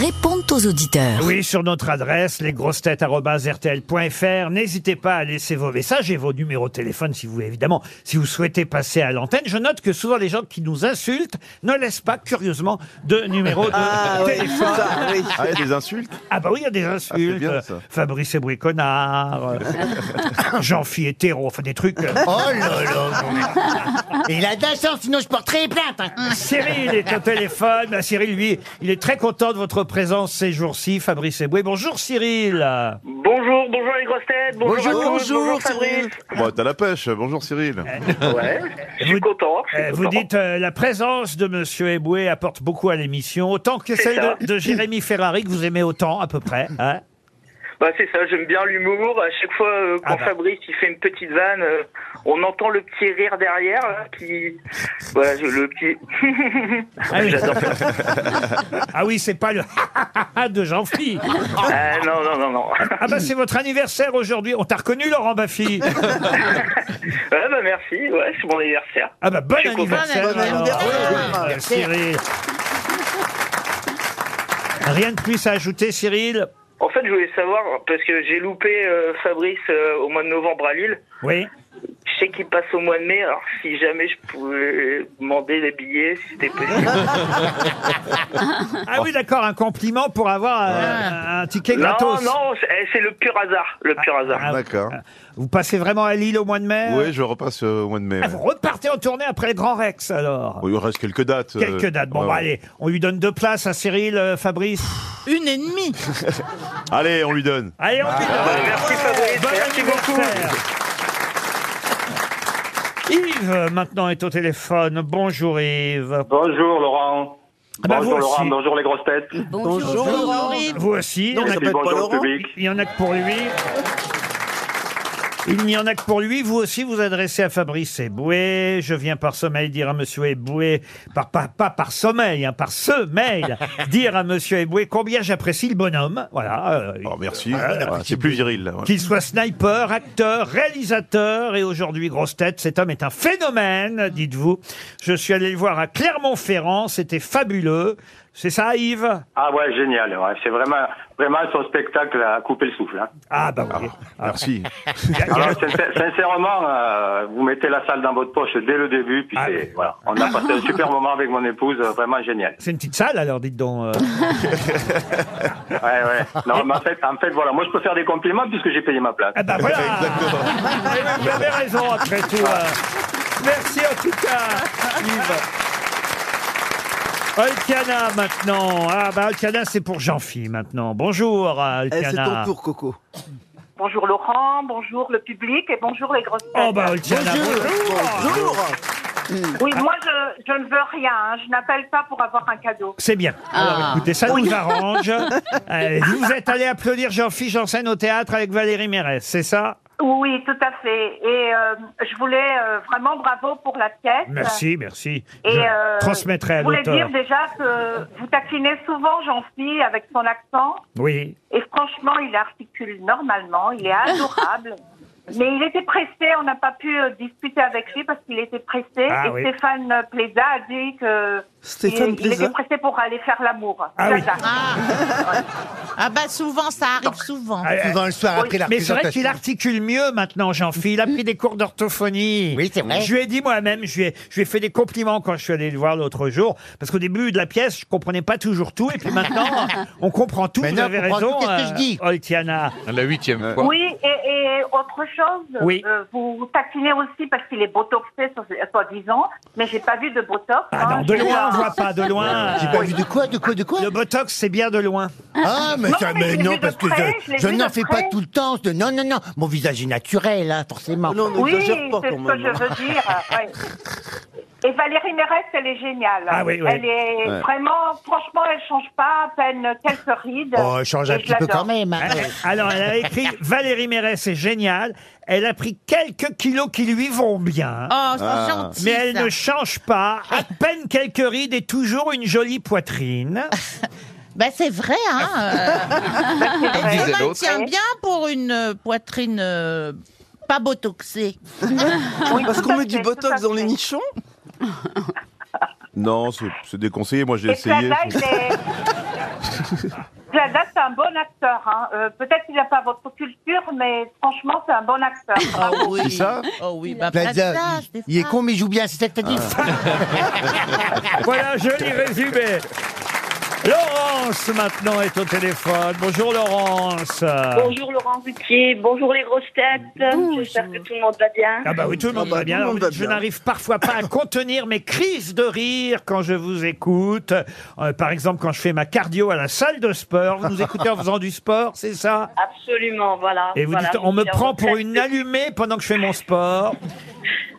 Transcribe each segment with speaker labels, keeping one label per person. Speaker 1: répondent aux auditeurs.
Speaker 2: Oui, sur notre adresse, lesgrossetêtes.rtl.fr. N'hésitez pas à laisser vos messages et vos numéros de téléphone si vous, évidemment, si vous souhaitez passer à l'antenne. Je note que souvent les gens qui nous insultent ne laissent pas, curieusement, de numéro de téléphone.
Speaker 3: Ah, il y a des insultes
Speaker 2: Ah bah oui, il y a des insultes.
Speaker 3: bien, ça.
Speaker 2: Fabrice Eboué-Connard, euh, Jean-Phi Hétéro, enfin des trucs. euh,
Speaker 4: Oh là là Il a de la chance, sinon je porterai plainte hein.
Speaker 2: Cyril est au téléphone. Ah, Cyril, lui, il est très content de votre présence ces jours-ci, Fabrice Eboué. Bonjour Cyril.
Speaker 5: Bonjour, bonjour les grosses têtes, bonjour,
Speaker 4: Bonjour,
Speaker 5: à tous,
Speaker 4: bonjour,
Speaker 5: Fabrice.
Speaker 3: Bon, t'as la pêche. Bonjour Cyril.
Speaker 2: Euh,
Speaker 5: Ouais, je
Speaker 2: Ah.
Speaker 5: suis
Speaker 2: Vous-
Speaker 5: content. je suis
Speaker 2: Euh, Vous
Speaker 5: content.
Speaker 2: dites euh, la présence de Monsieur Eboué apporte beaucoup à l'émission, autant que
Speaker 5: C'est
Speaker 2: celle
Speaker 5: ça.
Speaker 2: de, de Jérémy Ferrari que vous aimez autant à peu près. hein.
Speaker 5: Bah, c'est ça, j'aime bien l'humour. À chaque fois, euh, quand
Speaker 2: Ah bah.
Speaker 5: Fabrice il fait une petite vanne, euh, on entend le petit rire derrière, là, qui. Voilà, je- le petit.
Speaker 2: ah oui, Ah oui, c'est pas le de Jean-Philippe.
Speaker 5: ah non, non, non, non.
Speaker 2: Ah bah c'est votre anniversaire aujourd'hui. On t'a reconnu Laurent Baffy.
Speaker 5: Ouais, bah, merci, ouais, c'est mon anniversaire.
Speaker 2: Ah bah bon
Speaker 5: Je suis content.
Speaker 2: anniversaire.
Speaker 4: Bon
Speaker 2: alors.
Speaker 4: anniversaire.
Speaker 2: Ah oui, merci, Cyril. Rien de plus à ajouter Cyril.
Speaker 5: En fait, je voulais savoir, parce que j'ai loupé euh, Fabrice euh, au mois de novembre à Lille.
Speaker 2: Oui.
Speaker 5: Je sais qu'il passe au mois de mai, alors si jamais je pouvais demander les billets, si c'était possible.
Speaker 2: Ah oui d'accord un compliment pour avoir euh, un ticket
Speaker 5: non,
Speaker 2: gratos.
Speaker 5: non, c'est eh, c'est le pur hasard, le pur hasard.
Speaker 2: Ah,
Speaker 3: D'accord.
Speaker 2: Vous passez vraiment à Lille au mois de mai.
Speaker 3: Oui, je repasse euh, au mois de mai.
Speaker 2: Ah, vous
Speaker 3: ouais.
Speaker 2: repartez en tournée après le Grand Rex, alors
Speaker 3: Bon, il reste quelques dates. euh,
Speaker 2: Quelques dates. Bon,
Speaker 3: ouais,
Speaker 2: bah,
Speaker 3: ouais.
Speaker 2: allez, on lui donne deux places à Cyril, euh, Fabrice.
Speaker 6: Une et demie.
Speaker 3: Allez, on lui donne.
Speaker 2: Allez, on lui donne.
Speaker 5: Bah, merci Fabrice,
Speaker 2: Bon
Speaker 5: merci beaucoup.
Speaker 2: anniversaire. Yves, euh, maintenant, est au téléphone. Bonjour, Yves.
Speaker 7: Bonjour Laurent.
Speaker 2: Ah bah,
Speaker 7: bonjour
Speaker 2: vous aussi.
Speaker 7: Laurent, bonjour les grosses têtes.
Speaker 6: Bonjour, Yves.
Speaker 2: Vous aussi.
Speaker 7: Et
Speaker 2: Il y en a-
Speaker 7: puis bonjour le public.
Speaker 2: il y en a que pour lui. Il n'y en a que pour lui. Vous aussi, vous adressez à Fabrice Eboué. Je viens par sommeil dire à Monsieur Eboué, par, par- pas par sommeil, hein, par sommeil, dire à Monsieur Eboué combien j'apprécie le bonhomme. Voilà. euh,
Speaker 3: Oh, merci.
Speaker 2: Ah, la
Speaker 3: Ouais,
Speaker 2: petite
Speaker 3: c'est plus viril. là, ouais.
Speaker 2: Qu'il soit sniper, acteur, réalisateur et aujourd'hui grosse tête, cet homme est un phénomène, dites-vous. Je suis allé le voir à Clermont-Ferrand, c'était fabuleux. C'est ça Yves
Speaker 7: Ah ouais, génial. ouais, C'est vraiment, vraiment son spectacle à couper le souffle. hein.
Speaker 2: Ah bah oui. Ah,
Speaker 3: Merci.
Speaker 7: Alors, sincè- sincèrement, euh, vous mettez la salle dans votre poche dès le début. Puis
Speaker 2: Ah.
Speaker 7: c'est- voilà. On a passé un super moment avec mon épouse, euh, vraiment génial.
Speaker 2: C'est une petite salle alors, dites donc. euh.
Speaker 7: Ouais, ouais. Non, mais en fait, en fait, voilà, moi je peux faire des compliments puisque j'ai payé ma place.
Speaker 2: Ah bah voilà Eh oui, Vous avez raison après tout. euh. Merci en tout cas, Yves. Olcana maintenant. Ah bah Olcana c'est pour Jean-Phi maintenant. Bonjour euh, Olcana.
Speaker 4: Coco.
Speaker 8: Bonjour Laurent, bonjour le public et bonjour les grosses têtes.
Speaker 2: Oh bah Olcana, bonjour.
Speaker 8: oui, moi je, je ne veux rien, hein. je n'appelle pas pour avoir un cadeau.
Speaker 2: C'est bien. Alors écoutez, ça nous arrange. Euh, vous êtes allé applaudir Jean-Philippe Janssen au théâtre avec Valérie Mérès, c'est ça
Speaker 8: Oui, tout à fait. Et euh, je voulais euh, vraiment bravo pour la pièce.
Speaker 2: Merci, merci.
Speaker 8: Et
Speaker 2: Je
Speaker 8: euh,
Speaker 2: transmettrai à
Speaker 8: Je voulais
Speaker 2: l'auteur.
Speaker 8: dire déjà que vous taquinez souvent Jean-Phi avec son accent.
Speaker 2: Oui.
Speaker 8: Et franchement, il articule normalement, il est adorable. Mais il était pressé, on n'a pas pu euh, discuter avec lui parce qu'il était pressé.
Speaker 2: Ah
Speaker 8: et
Speaker 2: oui.
Speaker 8: Stéphane Plaza a dit que
Speaker 4: Stéphane
Speaker 8: il, il
Speaker 4: Plaza.
Speaker 8: était pressé pour aller faire l'amour.
Speaker 2: Ah oui.
Speaker 8: Plaza.
Speaker 6: Ah bah souvent, ça arrive souvent.
Speaker 2: Ah, euh,
Speaker 4: Souvent le soir après la
Speaker 2: Mais c'est vrai
Speaker 4: présentation.
Speaker 2: qu'il articule mieux maintenant, Jean-Philippe. Il a pris des cours d'orthophonie.
Speaker 4: Oui, c'est vrai.
Speaker 2: Je lui ai dit moi-même, je lui, ai, je lui ai fait des compliments quand je suis allé le voir l'autre jour. Parce qu'au début de la pièce, je comprenais pas toujours tout. Et puis maintenant, on comprend tout.
Speaker 4: Mais
Speaker 2: vous
Speaker 4: non,
Speaker 2: avez
Speaker 4: on comprend
Speaker 2: raison, euh,
Speaker 4: tout, qu'est-ce que je dis
Speaker 2: Oltiana.
Speaker 9: La
Speaker 3: Euh,
Speaker 9: huitième fois.
Speaker 8: Oui, et, et autre chose,
Speaker 2: Oui.
Speaker 8: euh, vous taquinez aussi parce qu'il est botoxé, so- soi-disant, mais j'ai pas vu de botox.
Speaker 2: Ah
Speaker 8: hein.
Speaker 2: non, de
Speaker 8: J'ai
Speaker 2: loin,
Speaker 8: un-
Speaker 2: on voit pas, de loin.
Speaker 4: J'ai pas vu de quoi, de quoi, de quoi
Speaker 2: Le Botox, c'est bien de loin.
Speaker 4: Ah, mais,
Speaker 8: Non,
Speaker 4: ça-
Speaker 8: mais
Speaker 4: mais
Speaker 8: je l'ai
Speaker 4: non,
Speaker 8: vu de
Speaker 4: parce que
Speaker 8: près, je
Speaker 4: je,
Speaker 8: l'ai
Speaker 4: je
Speaker 8: vu
Speaker 4: n'en
Speaker 8: de
Speaker 4: fais pas
Speaker 8: près.
Speaker 4: tout le temps. je- Non, non, non. Mon visage est naturel, hein, forcément.
Speaker 8: Oui, c'est ce que je
Speaker 2: hein.
Speaker 8: veux dire. ouais. Et Valérie Mérès, elle est géniale.
Speaker 2: Ah oui, oui.
Speaker 8: Elle est vraiment, franchement, elle change pas à peine quelques rides.
Speaker 4: Oh, je change un
Speaker 8: Et je
Speaker 4: petit peu
Speaker 8: l'adore.
Speaker 4: quand même.
Speaker 2: Ah,
Speaker 4: hein.
Speaker 2: Alors, elle a écrit Valérie Mérès est géniale. Elle a pris quelques kilos qui lui vont bien.
Speaker 6: Oh, c'est
Speaker 4: Ah.
Speaker 6: gentil.
Speaker 2: Mais elle
Speaker 6: ça.
Speaker 2: ne change pas. À peine quelques rides et toujours une jolie poitrine.
Speaker 6: Bah c'est vrai, hein. euh,
Speaker 8: C'est vrai.
Speaker 9: disait
Speaker 6: elle
Speaker 9: l'autre.
Speaker 6: maintient bien pour une euh, poitrine euh, pas botoxée.
Speaker 8: Oui, tout à fait, tout à fait.
Speaker 4: nichons
Speaker 3: Non, c'est c'est déconseillé. Moi, j'ai
Speaker 8: Et
Speaker 3: essayé.
Speaker 8: Plada, il est... Plada, c'est un bon acteur. hein. Euh, Peut-être qu'il n'a pas votre culture, mais franchement, c'est un bon acteur.
Speaker 2: Ah,
Speaker 6: Oh oui.
Speaker 3: C'est ça
Speaker 6: Oh oui, bah
Speaker 4: Plaza,
Speaker 6: Plaza,
Speaker 4: il,
Speaker 6: Stéphane.
Speaker 4: il est con, mais il joue bien, c'est ça que t'as dit
Speaker 2: Voilà, joli résumé. Laurence, maintenant, est au téléphone. Bonjour, Laurence.
Speaker 5: Bonjour Laurent Ruquier, bonjour les grosses têtes. J'espère que tout le monde va bien.
Speaker 2: Ah bah oui, tout le monde va bien. Alors, vous dites, je n'arrive parfois pas à contenir mes crises de rire quand je vous écoute. Euh, par exemple, quand je fais ma cardio à la salle de sport. Vous nous écoutez en faisant du sport, c'est ça
Speaker 5: ah. Absolument, voilà.
Speaker 2: Et vous
Speaker 5: Voilà,
Speaker 2: dites, on me
Speaker 5: je suis en
Speaker 2: prend pour
Speaker 5: retraite
Speaker 2: une
Speaker 5: depuis-
Speaker 2: allumée pendant que je fais mon sport.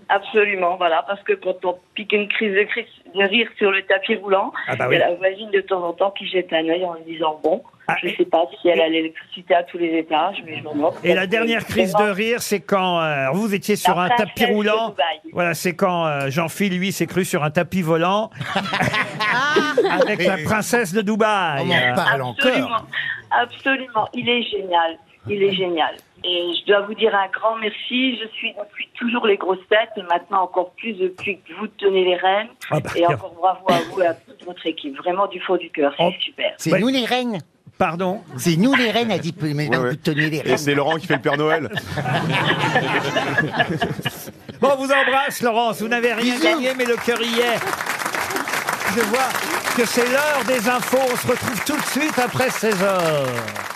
Speaker 5: Absolument, voilà, parce que quand on pique une crise de, cri- de rire sur le tapis roulant,
Speaker 2: Ah bah
Speaker 5: il y a la voisine de temps en temps qui jette un œil en se disant bon,
Speaker 2: Ah,
Speaker 5: je
Speaker 2: et-
Speaker 5: ne sais pas si elle a l'électricité à tous les étages, mais je m'en moque.
Speaker 2: Et la dernière crise de rire, c'est quand euh, vous étiez sur un
Speaker 5: princesse
Speaker 2: tapis
Speaker 5: de
Speaker 2: roulant.
Speaker 5: Dubaï.
Speaker 2: Voilà, c'est quand euh, Jean-Phil, lui, s'est cru sur un tapis volant avec la princesse de Dubaï.
Speaker 4: On en parle encore.
Speaker 5: Absolument, absolument. Il est génial. Il est génial. Et je dois vous dire un grand merci. Je suis depuis toujours les grosses têtes et maintenant encore plus depuis que vous tenez les rênes.
Speaker 2: Ah bah,
Speaker 5: Et encore bravo à vous et à toute votre équipe. Vraiment du fond du cœur. C'est
Speaker 2: Oh.
Speaker 5: super.
Speaker 4: C'est
Speaker 2: Ouais.
Speaker 4: nous les reines.
Speaker 2: Pardon
Speaker 4: C'est nous les reines, a dit mais
Speaker 3: Ouais,
Speaker 4: non,
Speaker 3: ouais.
Speaker 4: vous tenez les
Speaker 3: Et
Speaker 4: reines.
Speaker 3: c'est Laurent qui fait le Père Noël.
Speaker 2: Bon, on vous embrasse, Laurence. Vous n'avez rien
Speaker 4: Bisous.
Speaker 2: gagné, mais le cœur y est. Je vois que c'est l'heure des infos. On se retrouve tout de suite après 16 heures.